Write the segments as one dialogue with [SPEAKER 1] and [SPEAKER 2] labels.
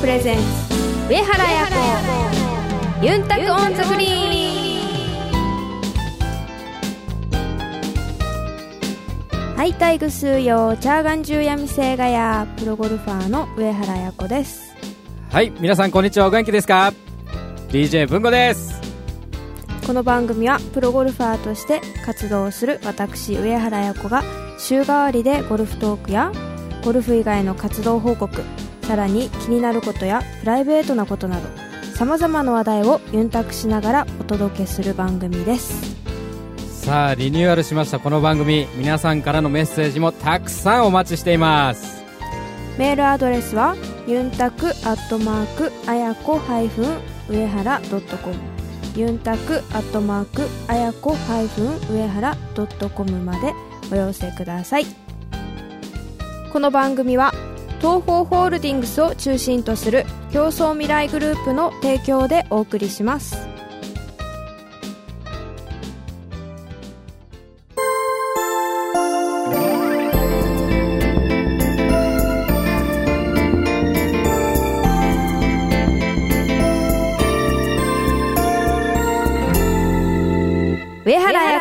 [SPEAKER 1] プレゼンツ上原彩子ユンタクオンザフリーはいタイグスーヨーチャーガンジュウヤミセイガヤプロゴルファーの上原彩子です
[SPEAKER 2] はい皆さんこんにちはお元気ですか DJ 文吾です
[SPEAKER 1] この番組はプロゴルファーとして活動する私上原彩子が週替わりでゴルフトークやゴルフ以外の活動報告さらに気になることやプライベートなことなどさまざまな話題をユンタクしながらお届けする番組です
[SPEAKER 2] さあリニューアルしましたこの番組皆さんからのメッセージもたくさんお待ちしています
[SPEAKER 1] メールアドレスはユンタクアットマークあやこ上原 .com ユンタクアットマークあやこ上原 .com までお寄せくださいこの番組は東方ホールディングスを中心とする競争未来グループの提供でお送りします上原彩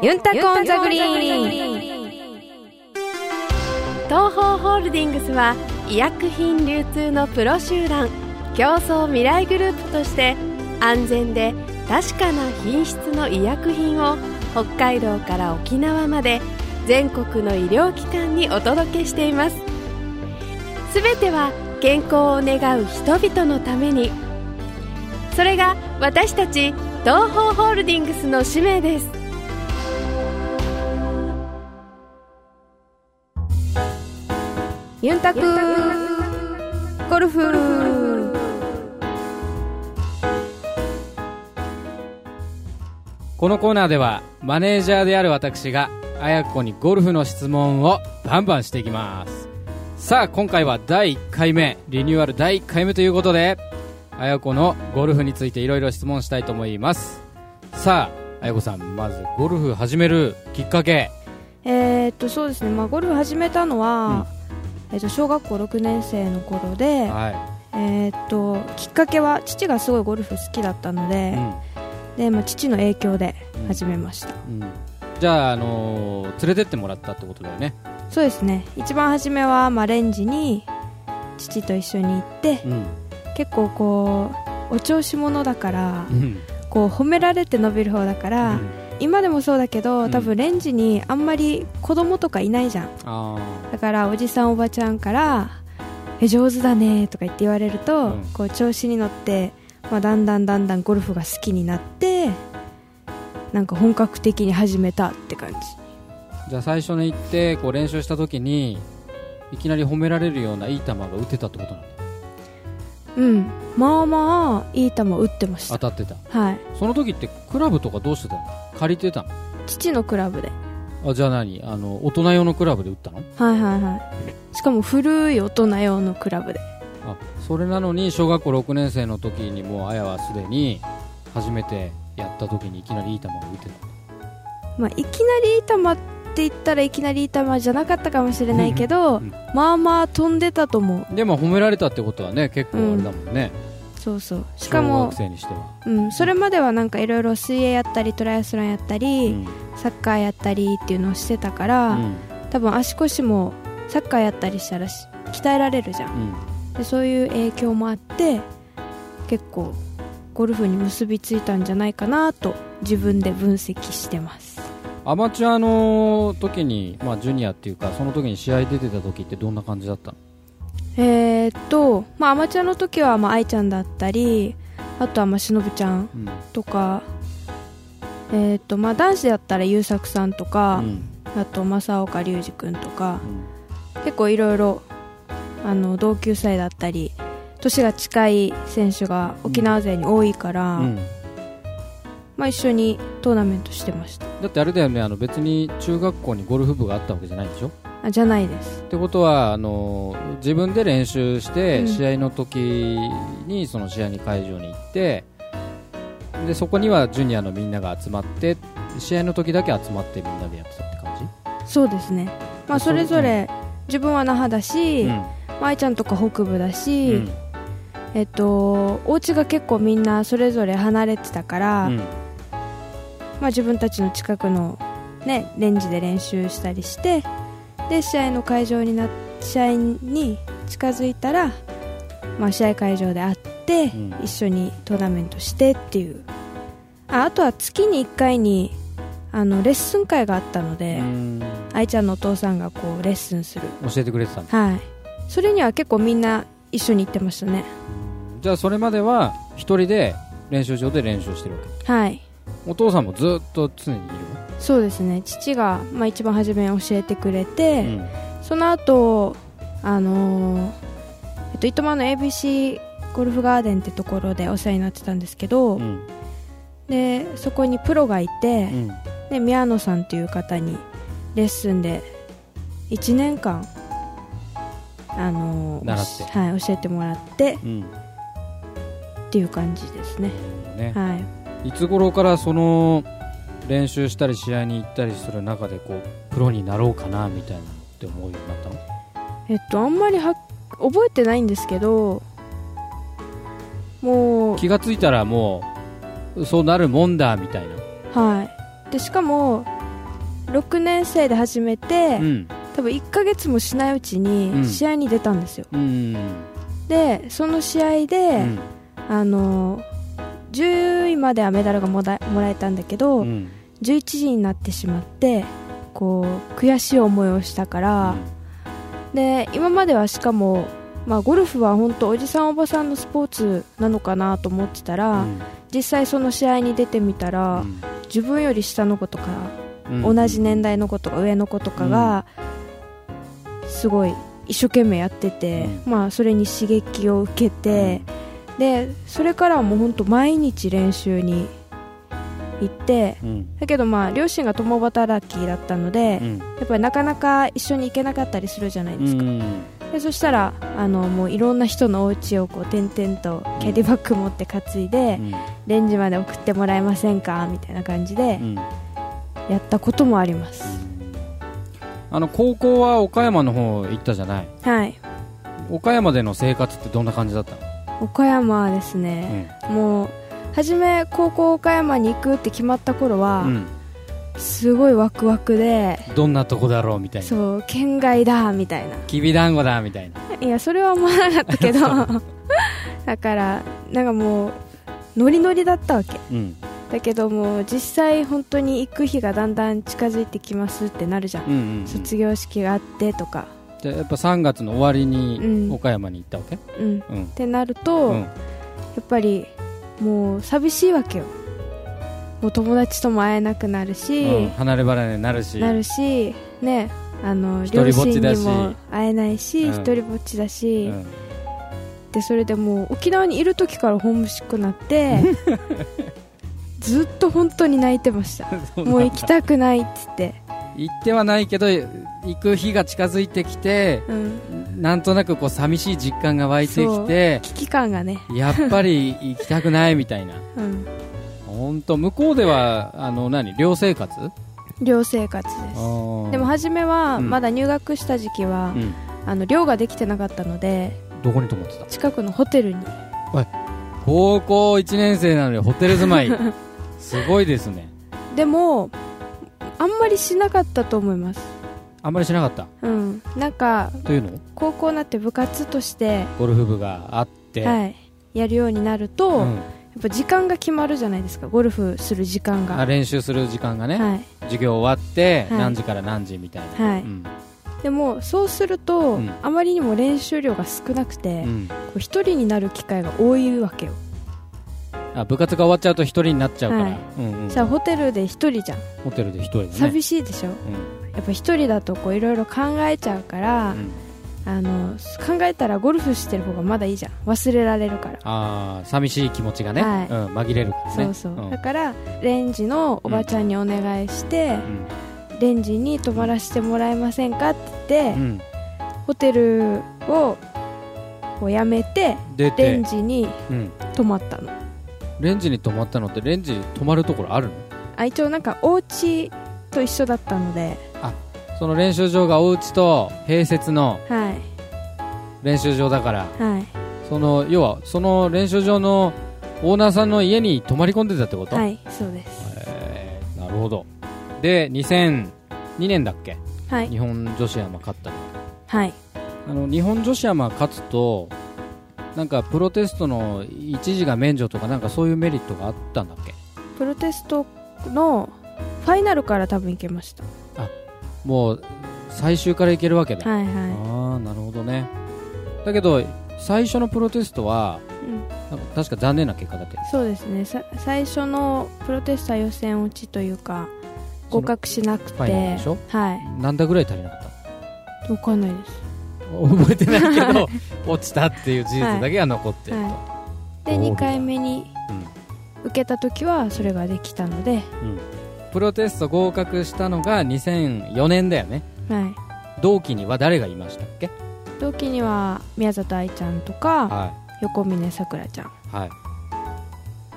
[SPEAKER 1] 子ユンタコンザグリーン
[SPEAKER 3] 東方ホールディングスは医薬品流通のプロ集団競争未来グループとして安全で確かな品質の医薬品を北海道から沖縄まで全国の医療機関にお届けしていますすべては健康を願う人々のためにそれが私たち東方ホールディングスの使命です
[SPEAKER 1] ユンタクゴルフ
[SPEAKER 2] このコーナーではマネージャーである私が綾子にゴルフの質問をバンバンしていきますさあ今回は第1回目リニューアル第1回目ということで綾子のゴルフについていろいろ質問したいと思いますさあ綾子さんまずゴルフ始めるきっかけ
[SPEAKER 1] えー、っとそうですね、まあ、ゴルフ始めたのは、えーっと小学校6年生の頃で、
[SPEAKER 2] は
[SPEAKER 1] えーっときっかけは父がすごいゴルフ好きだったの
[SPEAKER 2] い、
[SPEAKER 1] で,、
[SPEAKER 2] う
[SPEAKER 1] でまあ、父の影響で始めました、
[SPEAKER 2] んうん、じゃあ、あのー連れてってもらったってことだよね
[SPEAKER 1] そうですね一番初めは、まあ、レンジに父と一緒に行って、
[SPEAKER 2] うん
[SPEAKER 1] 結構こうお調子者だから、
[SPEAKER 2] うん
[SPEAKER 1] こう褒められて伸びる方だから、今でもそうだけど
[SPEAKER 2] ん
[SPEAKER 1] 多分レンジにあんまり子供とかいないじゃん
[SPEAKER 2] あ
[SPEAKER 1] だからおじさんおばちゃんから「え上手だね」とか言って言われると、
[SPEAKER 2] うん
[SPEAKER 1] こう調子に乗って、まあ、だんだんだんだんゴルフが好きになってなんか本格的に始めたって感じ
[SPEAKER 2] ーじゃあ最初に行ってこう練習した時にいきなり褒められるようないい球が打てたってことなんだ
[SPEAKER 1] うんまあまあいい球打ってまし
[SPEAKER 2] 当
[SPEAKER 1] た
[SPEAKER 2] たってた
[SPEAKER 1] はい
[SPEAKER 2] その時ってクラブとかどうしてたの借りてた
[SPEAKER 1] 父のクラブで
[SPEAKER 2] のあじゃあ何あの大人用のクラブで打ったの
[SPEAKER 1] はいはいはいしかも古い大人用のクラブで
[SPEAKER 2] あそれなのに小学校6年生の時にもうあやはすでに初めてやった時にいきなりいい球を打てた
[SPEAKER 1] まあ、いきなりいい球って言ったらいきなりいい球じゃなかったかもしれないけど、
[SPEAKER 2] うん
[SPEAKER 1] まあまあ飛んでたと思う
[SPEAKER 2] でも褒められたってことはね結構あれだもんね、
[SPEAKER 1] そうそうしか
[SPEAKER 2] 小
[SPEAKER 1] も
[SPEAKER 2] 学、生にしては、
[SPEAKER 1] うん、それまではなんかいろいろ水泳やったりトライアスロンやった
[SPEAKER 2] う
[SPEAKER 1] り、
[SPEAKER 2] ん
[SPEAKER 1] サッカーやったりっていうのをしてたから、
[SPEAKER 2] うん
[SPEAKER 1] 多分足腰もサッカーやったりしたらし鍛えられるじゃん
[SPEAKER 2] うん
[SPEAKER 1] でそういう影響もあって結構ゴルフに結びついたんじゃないかなと自分で分析してます
[SPEAKER 2] アマチュアの時に、まあ、ジュニアっていうかその時に試合出てた時ってどんな感じだったの
[SPEAKER 1] えーっと、まあ、アマチュアの時は、まあ、愛ちゃんだったり、あとは、まあ、しのぶちゃん
[SPEAKER 2] うん
[SPEAKER 1] とか、えーっと、まあ、男子だったら、ゆうさくさんとか
[SPEAKER 2] うん、
[SPEAKER 1] あと、正岡隆二くんとか、
[SPEAKER 2] うん
[SPEAKER 1] 結構いろいろ、あの、同級生だったり、年が近い選手が沖縄勢に多いから、
[SPEAKER 2] うん
[SPEAKER 1] まあ、一緒にトーナメントしてました。
[SPEAKER 2] だってあれだよねあの別に中学校にゴルフ部があったわけじゃないでしょ
[SPEAKER 1] あ、じゃないです。
[SPEAKER 2] ってことはあの自分で練習し
[SPEAKER 1] う
[SPEAKER 2] て
[SPEAKER 1] ん
[SPEAKER 2] 試合の時にその試合に会場に行ってでそこにはジュニアのみんなが集まって試合の時だけ集まってみんなでやってたって感
[SPEAKER 1] そうですね。まあ、
[SPEAKER 2] あそ
[SPEAKER 1] そうれぞれ、自分は那覇だ
[SPEAKER 2] じ、
[SPEAKER 1] し、
[SPEAKER 2] うん
[SPEAKER 1] まあ愛ちゃんとか北部だし、
[SPEAKER 2] うん
[SPEAKER 1] えっとお家が結構みんなそれぞれ離れてたから、
[SPEAKER 2] うん
[SPEAKER 1] まあ、自分たちの近くの、ね、レンジで練習したりしてで試合の会場にな試合に近づいたら、まあ、試合会場で会って、
[SPEAKER 2] うん
[SPEAKER 1] 一緒にトーナメントしてっていうああとは月に1回にあのレッスン会があったので、
[SPEAKER 2] うん
[SPEAKER 1] 愛ちゃんのお父さんがこうレッスンする、
[SPEAKER 2] 教えてくれてたんだ
[SPEAKER 1] はい、それには結構みんな一緒に行ってましたね
[SPEAKER 2] じゃあそれまでは一人で練習場で練習してるわけ
[SPEAKER 1] はい
[SPEAKER 2] お父さんもずっと常にいる
[SPEAKER 1] そうですね父が、まあ、一番初め教えてくれて、
[SPEAKER 2] の、うん
[SPEAKER 1] その後あのーえっと、糸満の ABC ゴルフガーデンってところでお世話になってたんですけど、
[SPEAKER 2] うん
[SPEAKER 1] でそこにプロがいて、
[SPEAKER 2] うん
[SPEAKER 1] で宮野さんっていう方にレッスンで1年間、あのー
[SPEAKER 2] 習って
[SPEAKER 1] はい、教えてもらって
[SPEAKER 2] うん
[SPEAKER 1] っていう感じですね、
[SPEAKER 2] ね
[SPEAKER 1] はい、
[SPEAKER 2] いつ頃からその練習したり試合に行ったりする中でこうプロになろうかなみたいなのって思うようになったの
[SPEAKER 1] えっとあんまりは覚えてないんですけどもう
[SPEAKER 2] 気がついたらもうそうなるもんだみたいな、
[SPEAKER 1] はい、でしかも6年生で始めて、
[SPEAKER 2] うん
[SPEAKER 1] 多分1ヶ月もしないうち
[SPEAKER 2] う
[SPEAKER 1] に
[SPEAKER 2] ん
[SPEAKER 1] 試合に出たんですよ、
[SPEAKER 2] うん
[SPEAKER 1] でその試合で、
[SPEAKER 2] うん
[SPEAKER 1] あの10位まではメダルがもだもらえたんだけど、
[SPEAKER 2] うん
[SPEAKER 1] 11位になってしまってこう悔しい思いをしたから、で今まではしかも、まあ、ゴルフは本当おじさんおばさんのスポーツなのかなと思ってた
[SPEAKER 2] う
[SPEAKER 1] ら、
[SPEAKER 2] ん
[SPEAKER 1] 実際その試合に出てみたら、自分より下の子とか
[SPEAKER 2] うん
[SPEAKER 1] 同じ年代の子とか上の子とかがすごい一生懸命やってて、まあ、それに刺激を受けて、でそれからはもう本当毎日練習に行って
[SPEAKER 2] うん
[SPEAKER 1] だけどまあ両親が共働きだったので、
[SPEAKER 2] うん
[SPEAKER 1] やっぱりなかなか一緒に行けなかったりするじゃないですか、
[SPEAKER 2] うん
[SPEAKER 1] でそしたらあのもういろんな人のお家をこう転々とキャディバッグ持って担いで、
[SPEAKER 2] うん
[SPEAKER 1] レンジまで送ってもらえませんかみたいな感じで
[SPEAKER 2] うん
[SPEAKER 1] やったこともあります、
[SPEAKER 2] あの高校は岡山の方行ったじゃない
[SPEAKER 1] はい
[SPEAKER 2] 岡山での生活ってどんな感じだったの、
[SPEAKER 1] 岡山はです
[SPEAKER 2] う
[SPEAKER 1] ね、
[SPEAKER 2] ん
[SPEAKER 1] もう初め高校岡山に行くって決まった頃は、
[SPEAKER 2] うん
[SPEAKER 1] すごいワクワクで、
[SPEAKER 2] どんなとこだろうみたいな
[SPEAKER 1] そう県外だみたいな
[SPEAKER 2] きびだんごだみたいない
[SPEAKER 1] やそれは思わなかった けどだからなんかもうノリノリだったわけ
[SPEAKER 2] うん
[SPEAKER 1] だけどもう実際本当に行く日がだんだん近づいてきますってなるじゃん、
[SPEAKER 2] うんうんうん
[SPEAKER 1] 卒業式があってとか
[SPEAKER 2] じゃあやっぱ3月の終わり
[SPEAKER 1] う
[SPEAKER 2] に
[SPEAKER 1] ん
[SPEAKER 2] 岡山に行ったわけ
[SPEAKER 1] うんっ
[SPEAKER 2] うん
[SPEAKER 1] てなると、
[SPEAKER 2] うん
[SPEAKER 1] やっぱりもう寂しいわけよもう友達とも会えなくなるし、
[SPEAKER 2] うん離れ離れになるし
[SPEAKER 1] なるしねあの
[SPEAKER 2] 一
[SPEAKER 1] 両
[SPEAKER 2] 人ぼっ
[SPEAKER 1] 親
[SPEAKER 2] ちだ
[SPEAKER 1] に
[SPEAKER 2] し
[SPEAKER 1] も会えないし、
[SPEAKER 2] うん
[SPEAKER 1] 一人ぼっちだ
[SPEAKER 2] う
[SPEAKER 1] し、
[SPEAKER 2] ん
[SPEAKER 1] でそれでもう沖縄にいる時からホームシックになって ずっと本当に泣いてま した
[SPEAKER 2] そうなんだ
[SPEAKER 1] もう行きたくないっつって、
[SPEAKER 2] 行ってはないけど行く日が近づいてきて
[SPEAKER 1] うん、
[SPEAKER 2] なんとなくこう寂しい実感が湧いてきて
[SPEAKER 1] 危機感がね、
[SPEAKER 2] やっぱり行きたくないみたいな
[SPEAKER 1] うん、
[SPEAKER 2] 本当向こうではあの何寮生活
[SPEAKER 1] 寮生活ですで
[SPEAKER 2] で
[SPEAKER 1] も初めは
[SPEAKER 2] うん
[SPEAKER 1] まだ入学した時期は、
[SPEAKER 2] うん、
[SPEAKER 1] あの寮ができてなかったので
[SPEAKER 2] どこに泊まってた
[SPEAKER 1] 近くのホテルに
[SPEAKER 2] 高校1年生なのにホテル住 まいすごいですね
[SPEAKER 1] でもあんまりしなかったと思います
[SPEAKER 2] あんまりしなかった
[SPEAKER 1] うんなんか
[SPEAKER 2] というの
[SPEAKER 1] 高校になって部活として
[SPEAKER 2] ゴルフ部があって、
[SPEAKER 1] はい、やるようになると、
[SPEAKER 2] う
[SPEAKER 1] や
[SPEAKER 2] ん
[SPEAKER 1] っぱ時間が決まるじゃないですかゴルフする時間が、
[SPEAKER 2] あ練習する時間がね、
[SPEAKER 1] はい
[SPEAKER 2] 授業終わって、
[SPEAKER 1] はい
[SPEAKER 2] 何時から何時みたいな、
[SPEAKER 1] はい
[SPEAKER 2] うん
[SPEAKER 1] でもそうすると、
[SPEAKER 2] うん
[SPEAKER 1] あまりにも練習量が少なくて
[SPEAKER 2] うん
[SPEAKER 1] こう一、人になる機会が多いわけよ、
[SPEAKER 2] あ部活が終わっちゃうと一人になっちゃうから、
[SPEAKER 1] はい
[SPEAKER 2] うんうん
[SPEAKER 1] さあホテルで一人じゃん
[SPEAKER 2] ホテルで一人だね
[SPEAKER 1] 寂しいでしょ、
[SPEAKER 2] うん
[SPEAKER 1] やっぱ一人だとこういろいろ考えちゃうから、
[SPEAKER 2] うん
[SPEAKER 1] あの考えたらゴルフしてる方がまだいいじゃん忘れられるから、
[SPEAKER 2] ああ寂しい気持ちがね、
[SPEAKER 1] はい
[SPEAKER 2] うん、紛れるからね
[SPEAKER 1] そうそう、
[SPEAKER 2] ん
[SPEAKER 1] だからレンジのおばちゃんにお願いして、レンジに泊まらせてもらえませんかって言って、
[SPEAKER 2] うんうん
[SPEAKER 1] ホテルをこうやめて
[SPEAKER 2] 出
[SPEAKER 1] レ
[SPEAKER 2] て
[SPEAKER 1] ンジに
[SPEAKER 2] うん
[SPEAKER 1] 泊まったの
[SPEAKER 2] レンジに泊まったのってレンジに泊まるところあるの
[SPEAKER 1] あ一応なんかお家と一緒だったので
[SPEAKER 2] その練習場がお家と併設の
[SPEAKER 1] はい
[SPEAKER 2] 練習場だから
[SPEAKER 1] はい
[SPEAKER 2] そその要はその練習場のオーナーさんの家に泊まり込んでたってこと、
[SPEAKER 1] はいそうです
[SPEAKER 2] えーなるほどで2002年だっけ
[SPEAKER 1] はい
[SPEAKER 2] 日本女子アマ勝ったの
[SPEAKER 1] はい
[SPEAKER 2] あの日本女子アマ勝つとなんかプロテストの一時が免除とかなんかそういうメリットがあったんだっけ
[SPEAKER 1] プロテストのファイナルから多分行けました
[SPEAKER 2] もう最終からいけるわけだ、
[SPEAKER 1] はいは、
[SPEAKER 2] ああなるほどねだけど最初のプロテストはい
[SPEAKER 1] うん、
[SPEAKER 2] なんか確か残念な結果だって
[SPEAKER 1] そうですねさ最初のプロテストは予選落ちというか合格しなく
[SPEAKER 2] ファイナル
[SPEAKER 1] て
[SPEAKER 2] でしょ
[SPEAKER 1] はい
[SPEAKER 2] 何だぐらい足りなかった
[SPEAKER 1] 分かんないです
[SPEAKER 2] 覚えてないけど落ちたっていう事実だけが残ってると、
[SPEAKER 1] で
[SPEAKER 2] ゴールだ
[SPEAKER 1] 2回目に
[SPEAKER 2] うん
[SPEAKER 1] 受けた時はそれができたので、
[SPEAKER 2] プロテスト合格したのが2004年だよね
[SPEAKER 1] はい、
[SPEAKER 2] 同期には誰がいましたっけ
[SPEAKER 1] 同期には宮里藍ちゃんとか
[SPEAKER 2] は
[SPEAKER 1] 横峯さくらちゃん
[SPEAKER 2] いはい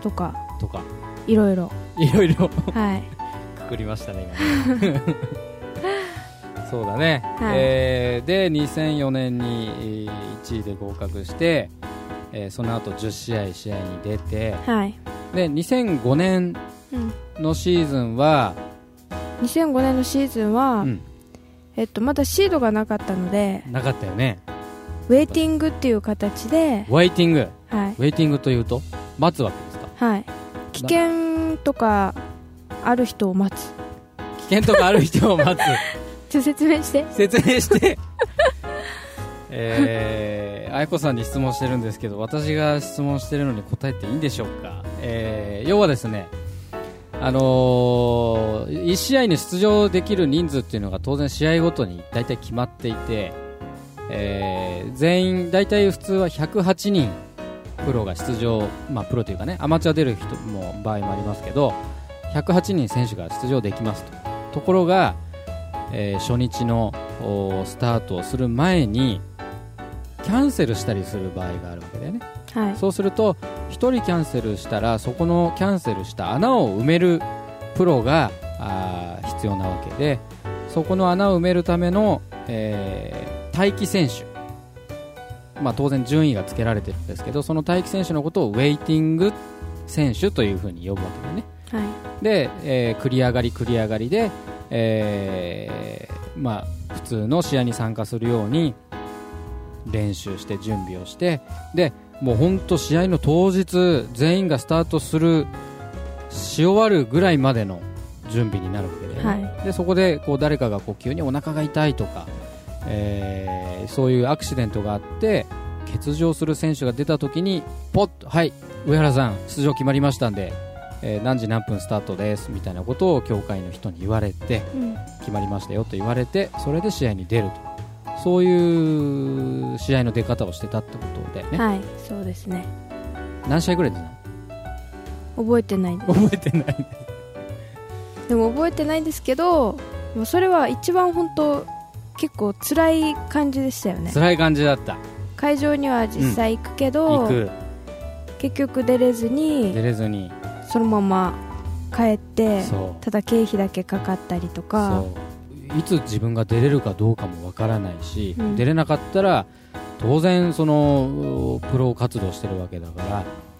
[SPEAKER 1] とか
[SPEAKER 2] とか
[SPEAKER 1] いろいろ
[SPEAKER 2] いろいろ
[SPEAKER 1] はい
[SPEAKER 2] くくりましたね 今ねそうだね、
[SPEAKER 1] はい
[SPEAKER 2] えーで2004年にえー1位で合格して、えーその後10試合試合に出て
[SPEAKER 1] はい、
[SPEAKER 2] で2005年
[SPEAKER 1] うん、
[SPEAKER 2] のシーズンは、
[SPEAKER 1] 2005年のシーズンは、
[SPEAKER 2] うん
[SPEAKER 1] えっと、まだシードがなかったので
[SPEAKER 2] なかったよね
[SPEAKER 1] ウェイティングっていう形で
[SPEAKER 2] ウェイティング
[SPEAKER 1] はい、
[SPEAKER 2] ウェイティングというと待つわけですか
[SPEAKER 1] はい、危険とかある人を待つ
[SPEAKER 2] 危険とかある人を待つ
[SPEAKER 1] ちょっと説明して
[SPEAKER 2] 説明してえー、愛子さんに質問してるんですけど私が質問してるのに答えていいんでしょうか、えー要はですねあのー、1試合に出場できる人数っていうのが当然試合ごとに大体決まっていて、えー全員大体普通は108人プロが出場、まあ、プロというかねアマチュア出る人も場合もありますけど108人選手が出場できますとところがえー初日のおースタートをする前にキャンセルしたりする場合があるわけだよね
[SPEAKER 1] はい
[SPEAKER 2] そうすると1人キャンセルしたらそこのキャンセルした穴を埋めるプロがあー必要なわけでそこの穴を埋めるための、えー待機選手、まあ、当然順位がつけられてるんですけどその待機選手のことをウェイティング選手というふうに呼ぶわけだよね
[SPEAKER 1] はい
[SPEAKER 2] で、えー繰り上がり繰り上がりで、えーまあ、普通の試合に参加するように練習して準備をしてでもう本当試合の当日全員がスタートするし終わるぐらいまでの準備になるわけで,、
[SPEAKER 1] は
[SPEAKER 2] でそこでこう誰かがこう急にお腹が痛いとか、えーそういうアクシデントがあって欠場する選手が出た時にポッとはい上原さん出場決まりましたんでえー何時何分スタートですみたいなことを協会の人に言われて
[SPEAKER 1] うん
[SPEAKER 2] 決まりましたよと言われてそれで試合に出るとそういう試合の出方をしてたってことだよね、
[SPEAKER 1] はいそうですね
[SPEAKER 2] 何試合ぐらい出たの
[SPEAKER 1] 覚えてないです
[SPEAKER 2] 覚えてない
[SPEAKER 1] でも覚えてないんですけどまあそれは一番本当結構辛い感じでしたよね
[SPEAKER 2] 辛い感じだった
[SPEAKER 1] 会場には実際行くけど、
[SPEAKER 2] 行く
[SPEAKER 1] 結局出れず
[SPEAKER 2] 出
[SPEAKER 1] に
[SPEAKER 2] れずに
[SPEAKER 1] そのまま帰って
[SPEAKER 2] そう
[SPEAKER 1] ただ経費だけかかったりとか
[SPEAKER 2] そういつ自分が出れるかどうかもわからないし、
[SPEAKER 1] うん
[SPEAKER 2] 出れなかったら当然そのプロ活動してるわけだか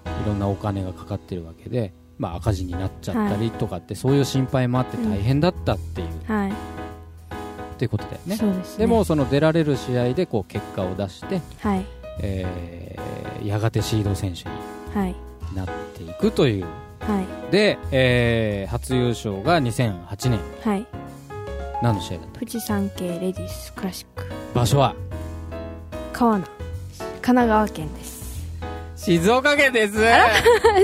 [SPEAKER 2] らいろんなお金がかかってるわけで、まあ、赤字になっちゃったりとかって、そういう心配もあって大変だったっていう、
[SPEAKER 1] はい、
[SPEAKER 2] っていうことだよね
[SPEAKER 1] そうです、ね、
[SPEAKER 2] でもその出られる試合でこう結果を出して、
[SPEAKER 1] はい
[SPEAKER 2] えーやがてシード選手に
[SPEAKER 1] はい
[SPEAKER 2] なっていくという
[SPEAKER 1] はい
[SPEAKER 2] で、えー初優勝が2008年
[SPEAKER 1] はい
[SPEAKER 2] 何の試合だった
[SPEAKER 1] 富士山系レディスクラシック
[SPEAKER 2] 場所は
[SPEAKER 1] 川名神奈川県です
[SPEAKER 2] 静岡県です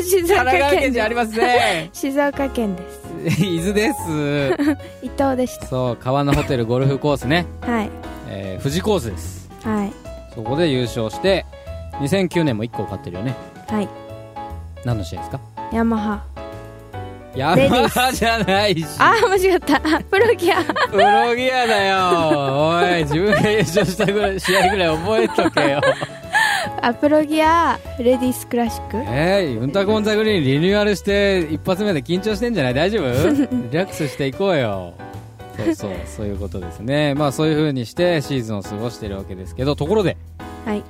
[SPEAKER 1] 静
[SPEAKER 2] 神
[SPEAKER 1] 岡
[SPEAKER 2] 奈川
[SPEAKER 1] 県
[SPEAKER 2] 県じゃありません
[SPEAKER 1] 静岡県です
[SPEAKER 2] 伊豆です
[SPEAKER 1] 伊藤でし
[SPEAKER 2] そう川のホテルゴルフコースね、
[SPEAKER 1] たはい
[SPEAKER 2] えー富士コースです
[SPEAKER 1] はい
[SPEAKER 2] そこで優勝して2009年も1個勝ってるよね
[SPEAKER 1] はい
[SPEAKER 2] 何の試合ですか
[SPEAKER 1] ヤマハ
[SPEAKER 2] ヤ
[SPEAKER 1] レデ
[SPEAKER 2] マ
[SPEAKER 1] ィ
[SPEAKER 2] ハじゃないし
[SPEAKER 1] あー間違 ったプロギア
[SPEAKER 2] プロギアだ よおい自分が優勝したぐらい試合ぐらい覚えとけよ
[SPEAKER 1] アプロギアレディスクラシック
[SPEAKER 2] えー、ウンタコンザグリーンリニューアルして一発目で緊張してんじゃない大丈夫 リラックスしていこうよそうそうそういうことですねまあそういう風にしてシーズンを過ごしてるわけですけどところで
[SPEAKER 1] はい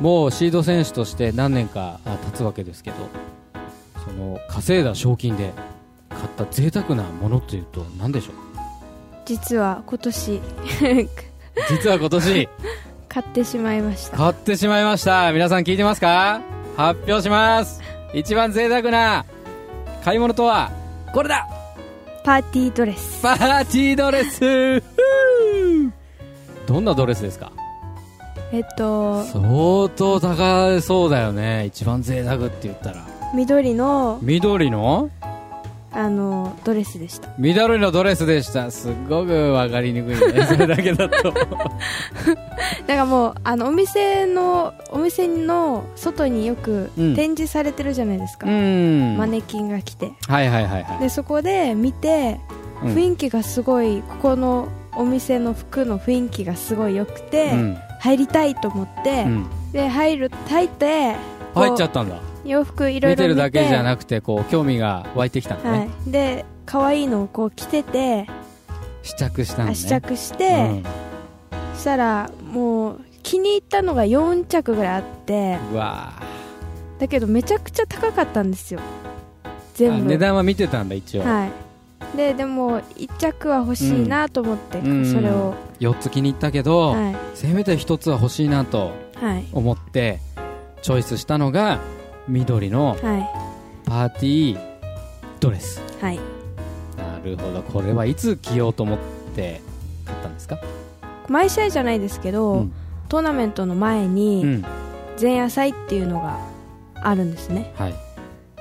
[SPEAKER 2] もうシード選手として何年かあ経つわけですけどその稼いだ賞金で買った贅沢なものというと何でしょう
[SPEAKER 1] 実は今年
[SPEAKER 2] 実は今 年
[SPEAKER 1] 買ってしまいました
[SPEAKER 2] 買ってしまいました皆さん聞いてますか発表します一番贅沢な買い物とはこれだ
[SPEAKER 1] パーティードレス
[SPEAKER 2] パーティードレス ふうどんなドレスですか
[SPEAKER 1] えっと
[SPEAKER 2] 相当高そうだよね一番贅沢って言ったら
[SPEAKER 1] 緑の
[SPEAKER 2] 緑の
[SPEAKER 1] あのドレスでした
[SPEAKER 2] 緑のドレスでしたすっごく分かりにくいねそれだけだ と
[SPEAKER 1] だからもうあのお店のお店の外によく
[SPEAKER 2] うん
[SPEAKER 1] 展示されてるじゃないですか、
[SPEAKER 2] うん
[SPEAKER 1] マネキンが来て
[SPEAKER 2] はいはいはいはい
[SPEAKER 1] でそこで見て
[SPEAKER 2] うん
[SPEAKER 1] 雰囲気がすごいここのお店の服の雰囲気がすごい良くて、
[SPEAKER 2] うん
[SPEAKER 1] 入りたいと思って、
[SPEAKER 2] うん
[SPEAKER 1] で入る入ってこう
[SPEAKER 2] 入っちゃったんだ
[SPEAKER 1] 洋服いろいろ
[SPEAKER 2] 見てるだけじゃ
[SPEAKER 1] く
[SPEAKER 2] なくてこう興味が湧いてきたの
[SPEAKER 1] て、
[SPEAKER 2] ね、
[SPEAKER 1] はい、で可愛いのをこう着てて、
[SPEAKER 2] 試着したんだ、
[SPEAKER 1] あ
[SPEAKER 2] ね、
[SPEAKER 1] 試着し
[SPEAKER 2] う
[SPEAKER 1] て、
[SPEAKER 2] ん
[SPEAKER 1] したらもう気に入ったのが4着ぐらいあって
[SPEAKER 2] うわ
[SPEAKER 1] だけどめちゃくちゃ高かったんですよ
[SPEAKER 2] ー
[SPEAKER 1] 全
[SPEAKER 2] あ
[SPEAKER 1] 部
[SPEAKER 2] 値段は見てたんだ一応、
[SPEAKER 1] はいででも1着は欲しいなと思って、
[SPEAKER 2] うん
[SPEAKER 1] それを、
[SPEAKER 2] 4つ気に入ったけど、
[SPEAKER 1] はい
[SPEAKER 2] せめて1つは欲しいなと
[SPEAKER 1] はい
[SPEAKER 2] 思ってチョイスしたのが緑の
[SPEAKER 1] は
[SPEAKER 2] パーティードレス
[SPEAKER 1] いはい
[SPEAKER 2] なるほどこれはいつ着ようと思って買ったんですか
[SPEAKER 1] 毎試合じゃないですけど、
[SPEAKER 2] うん
[SPEAKER 1] トーナメントの前
[SPEAKER 2] う
[SPEAKER 1] に
[SPEAKER 2] ん
[SPEAKER 1] 前夜祭っていうのがあるんですね
[SPEAKER 2] はい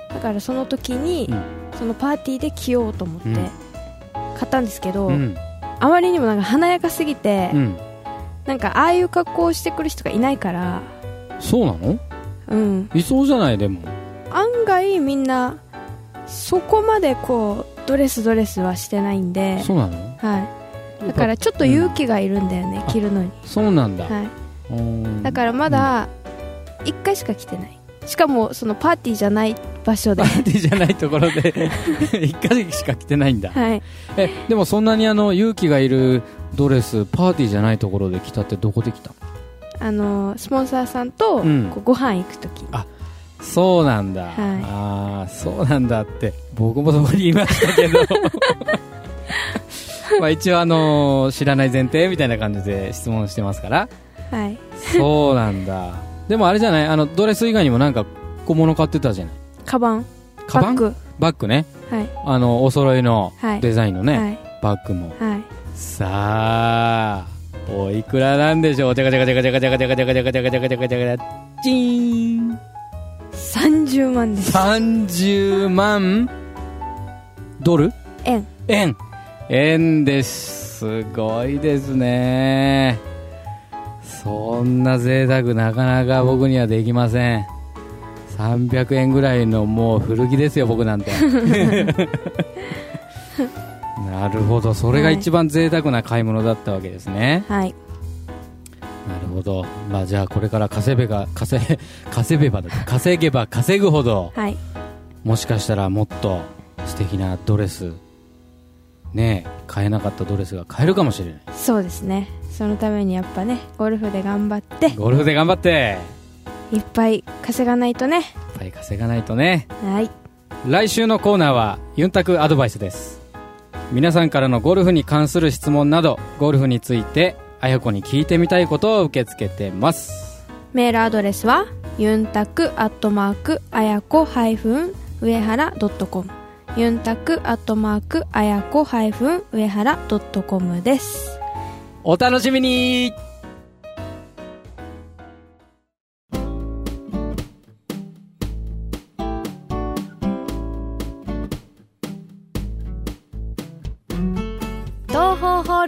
[SPEAKER 1] だからその時に、
[SPEAKER 2] うん
[SPEAKER 1] そのパーティーで着ようと思って
[SPEAKER 2] うん
[SPEAKER 1] 買ったんですけど、
[SPEAKER 2] うん
[SPEAKER 1] あまりにもなんか華やかすぎて、
[SPEAKER 2] うん
[SPEAKER 1] なんかああいう格好をしてくる人がいないから
[SPEAKER 2] そうなの
[SPEAKER 1] うん
[SPEAKER 2] いそうじゃないでも
[SPEAKER 1] 案外みんなそこまでこうドレスドレスはしてないんで、
[SPEAKER 2] そうなの
[SPEAKER 1] はい、だからちょっと勇気がいるんだよね、着るのに、
[SPEAKER 2] そうなんだ、
[SPEAKER 1] は
[SPEAKER 2] うーん
[SPEAKER 1] い、だからまだ1回しか着てないしかもそのパーティーじゃない場所で
[SPEAKER 2] パーティーじゃないところ で一回しか着てないんだ
[SPEAKER 1] はい
[SPEAKER 2] えでもそんなにあの勇気がいるドレスパーティーじゃないところで着たってどこで着たの
[SPEAKER 1] あのスポンサーさんと
[SPEAKER 2] うん
[SPEAKER 1] こうご飯行く時に、
[SPEAKER 2] あそうなんだ、
[SPEAKER 1] はい
[SPEAKER 2] ああそうなんだって僕もそこにいまし たけどまあ一応あの知らない前提みたいな感じで質問してますから
[SPEAKER 1] はい、
[SPEAKER 2] そうなんだでもあれじゃないあのドレス以外にもなんか小物買ってたじゃない
[SPEAKER 1] カバン
[SPEAKER 2] カバン
[SPEAKER 1] バッグ
[SPEAKER 2] バッグね
[SPEAKER 1] はい
[SPEAKER 2] あのお揃いの
[SPEAKER 1] はい
[SPEAKER 2] デザインのね、
[SPEAKER 1] はい
[SPEAKER 2] バッグも
[SPEAKER 1] はい
[SPEAKER 2] さあおいくらなんでしょうじゃかじゃかじゃかじゃかじゃかじゃかじゃかじゃかじゃかじゃかじゃかじゃかチーン
[SPEAKER 1] 30万です
[SPEAKER 2] 30万ドル
[SPEAKER 1] 円
[SPEAKER 2] 円円ですすごいですねそんな贅沢なかなか僕にはできません300円ぐらいのもう古着ですよ僕なんて なるほどそれが一番贅沢な買い物だったわけですね、
[SPEAKER 1] はい
[SPEAKER 2] なるほどまあじゃあこれから稼べが稼げ稼べばだ稼げば稼ぐほど
[SPEAKER 1] はい
[SPEAKER 2] もしかしたらもっと素敵なドレスねえ買えなかったドレスが買えるかもしれない
[SPEAKER 1] そうですねそのためにやっぱねゴルフで頑張って
[SPEAKER 2] ゴルフで頑張って
[SPEAKER 1] いっぱい稼がないとね
[SPEAKER 2] いっぱい稼がないとね
[SPEAKER 1] はい
[SPEAKER 2] 来週のコーナーはユンタクアドバイスです皆さんからのゴルフに関する質問などゴルフについてあやこに聞いてみたいことを受け付けてます
[SPEAKER 1] メールアドレスはユンタクアットマークあやこハイフン上原ドットコムユンタクアットマークあやこハイフン上原ドットコムです
[SPEAKER 2] お楽しみに
[SPEAKER 3] 東方ホー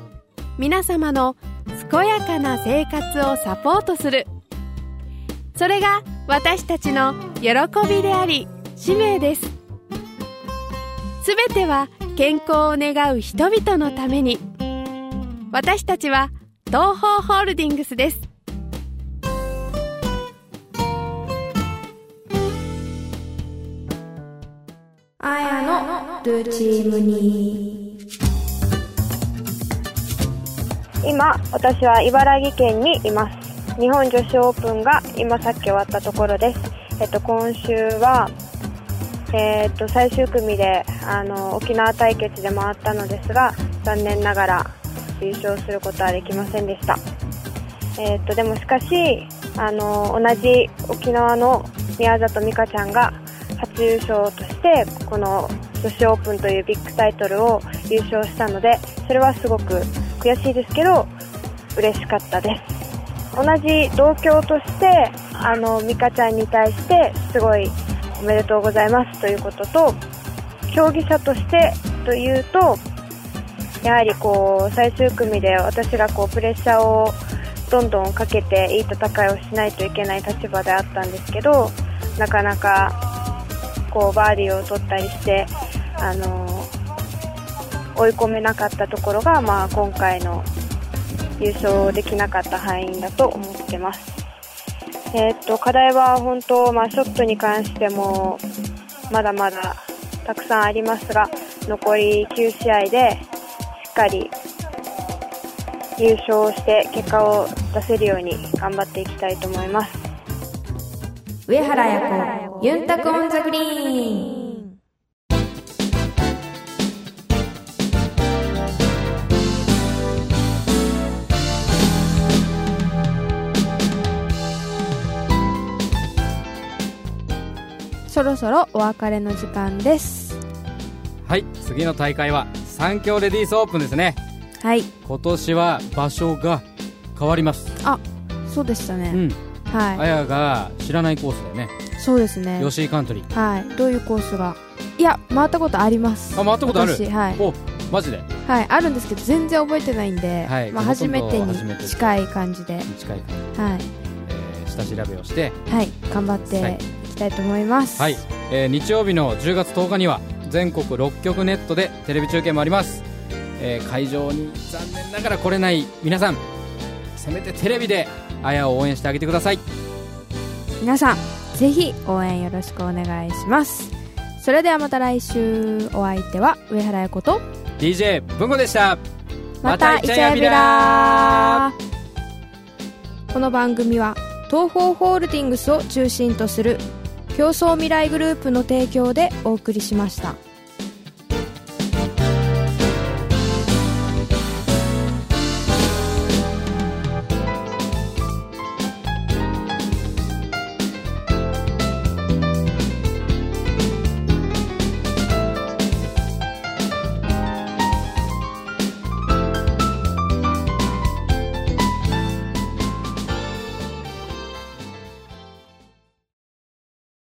[SPEAKER 3] 皆様の健やかな生活をサポートするそれが私たちの喜びであり使命ですすべては健康を願う人々のために私たちは東方ホールディングスです
[SPEAKER 1] あやのルチームに
[SPEAKER 4] 今私は茨城県にいます日本女子オープンが今さっき終わったところですえっと今週はえっと最終組であの沖縄対決で回ったのですが残念ながら優勝することはできませんでしたえっとでもしかしあの同じ沖縄の宮里美香ちゃんが初優勝としてこの女子オープンというビッグタイトルを優勝したのでそれはすごく悔しいですけど嬉しかったです同じ同郷としてあの美香ちゃんに対してすごいおめでとうございますということと競技者としてというとやはりこう最終組で私がこうプレッシャーをどんどんかけていい戦いをしないといけない立場であったんですけどなかなかこうバーディーを取ったりして、あの追い込めなかったところが、まあ、今回の優勝できなかった敗因だと思ってます。えーっと課題は本当、まあ、ショットに関してもまだまだたくさんありますが残り9試合でしっかり優勝して結果を出せるように頑張っていきたいと思います。
[SPEAKER 1] 上原彩子ユンタクオンザグリーンそろそろお別れの時間です
[SPEAKER 2] はい次の大会は三強レディースオープンですね
[SPEAKER 1] はい
[SPEAKER 2] 今年は場所が変わります
[SPEAKER 1] そうでした
[SPEAKER 2] う
[SPEAKER 1] ね、
[SPEAKER 2] んあ
[SPEAKER 1] は
[SPEAKER 2] やが知らないコースだよね
[SPEAKER 1] いそうですね
[SPEAKER 2] 吉井カントリー
[SPEAKER 1] はいどういうコースがいや回ったことあります
[SPEAKER 2] あ回ったことある
[SPEAKER 1] 私はい
[SPEAKER 2] おマジで
[SPEAKER 1] はい、あるんですけど全然覚えてないんで、
[SPEAKER 2] はい
[SPEAKER 1] まあ、
[SPEAKER 2] ほと
[SPEAKER 1] 初
[SPEAKER 2] んど
[SPEAKER 1] めて
[SPEAKER 2] 初めて
[SPEAKER 1] に近い感じで、
[SPEAKER 2] 近い感
[SPEAKER 1] は
[SPEAKER 2] じ、えー下調べをして
[SPEAKER 1] い、はい、頑張っていきたいと思います。
[SPEAKER 2] はい、えー日曜日の10月10日には全国6局ネットでテレビ中継もあります、えー会場に残念ながら来れない皆さんせめてテレビであやを応援してあげてください
[SPEAKER 1] 皆さんぜひ応援よろしくお願いします。それではまた来週お相手は上原彩子と
[SPEAKER 2] DJ 文吾でした
[SPEAKER 1] またイチャヤビラこの番組は東方ホールディングスを中心とする競争未来グループの提供でお送りしました。